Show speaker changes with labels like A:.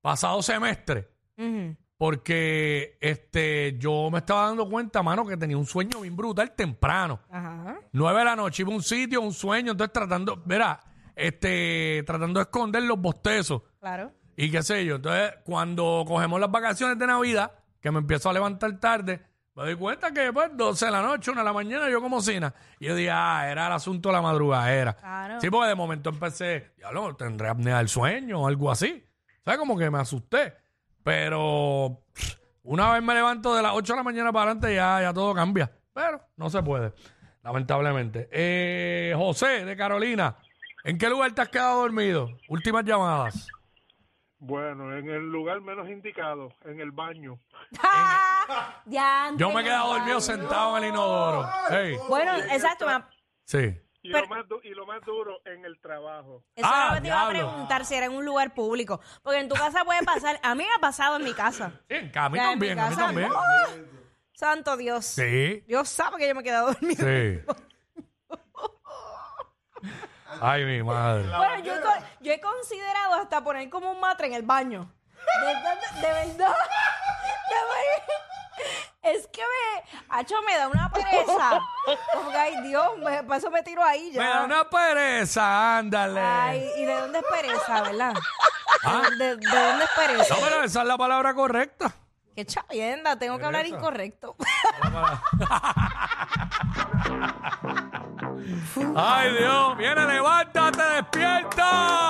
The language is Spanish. A: pasado semestre.
B: Ujú.
A: Porque este, yo me estaba dando cuenta, mano, que tenía un sueño bien brutal temprano.
B: Ajá.
A: Nueve de la noche, iba a un sitio, un sueño, entonces tratando, mira, este, tratando de esconder los bostezos
B: Claro.
A: y qué sé yo. Entonces, cuando cogemos las vacaciones de Navidad, que me empiezo a levantar tarde, me doy cuenta que pues 12 de la noche, una de la mañana, yo como cena. Y yo dije, ah, era el asunto de la madrugadera.
B: Claro.
A: Sí, porque de momento empecé, diablo, tendré apnea del sueño o algo así. ¿Sabes? Como que me asusté. Pero pff, una vez me levanto de las 8 de la mañana para adelante, ya, ya todo cambia. Pero no se puede, lamentablemente. Eh, José de Carolina, ¿en qué lugar te has quedado dormido? Últimas llamadas.
C: Bueno, en el lugar menos indicado, en el baño.
B: Ya
A: Yo me he quedado dormido sentado en el inodoro. Hey,
B: Bueno, exacto. ma-
A: sí.
C: Y,
B: Pero-
C: lo más du- y lo más duro, en el trabajo.
B: Eso
A: Ah,
B: era lo que te iba a
A: diablo.
B: preguntar si era en un lugar público. Porque en tu casa puede pasar. A mí me ha pasado en mi casa.
A: Sí, en- a mí
B: O sea, en mi
A: también, a mí
B: casa,
A: también.
B: ¡ah! Santo Dios.
A: Sí,
B: Dios sabe que yo me he quedado dormida.
A: sí. Ay, mi madre.
B: Bueno, yo, he con- yo he considerado hasta poner como un matre en el baño. De, de- de verdad. de ver- es que me. Hacho, me da una pereza. Como que, ay, Dios, me- para eso me tiro ahí ya.
A: Me da una pereza, ándale.
B: Ay, ¿y de dónde es pereza, verdad?
A: Ah.
B: ¿De, de dónde es pereza?
A: No, pero esa es la palabra correcta.
B: Qué chavienda, tengo que hablar incorrecto.
A: Ay, Dios. Viene, levántate, despierta.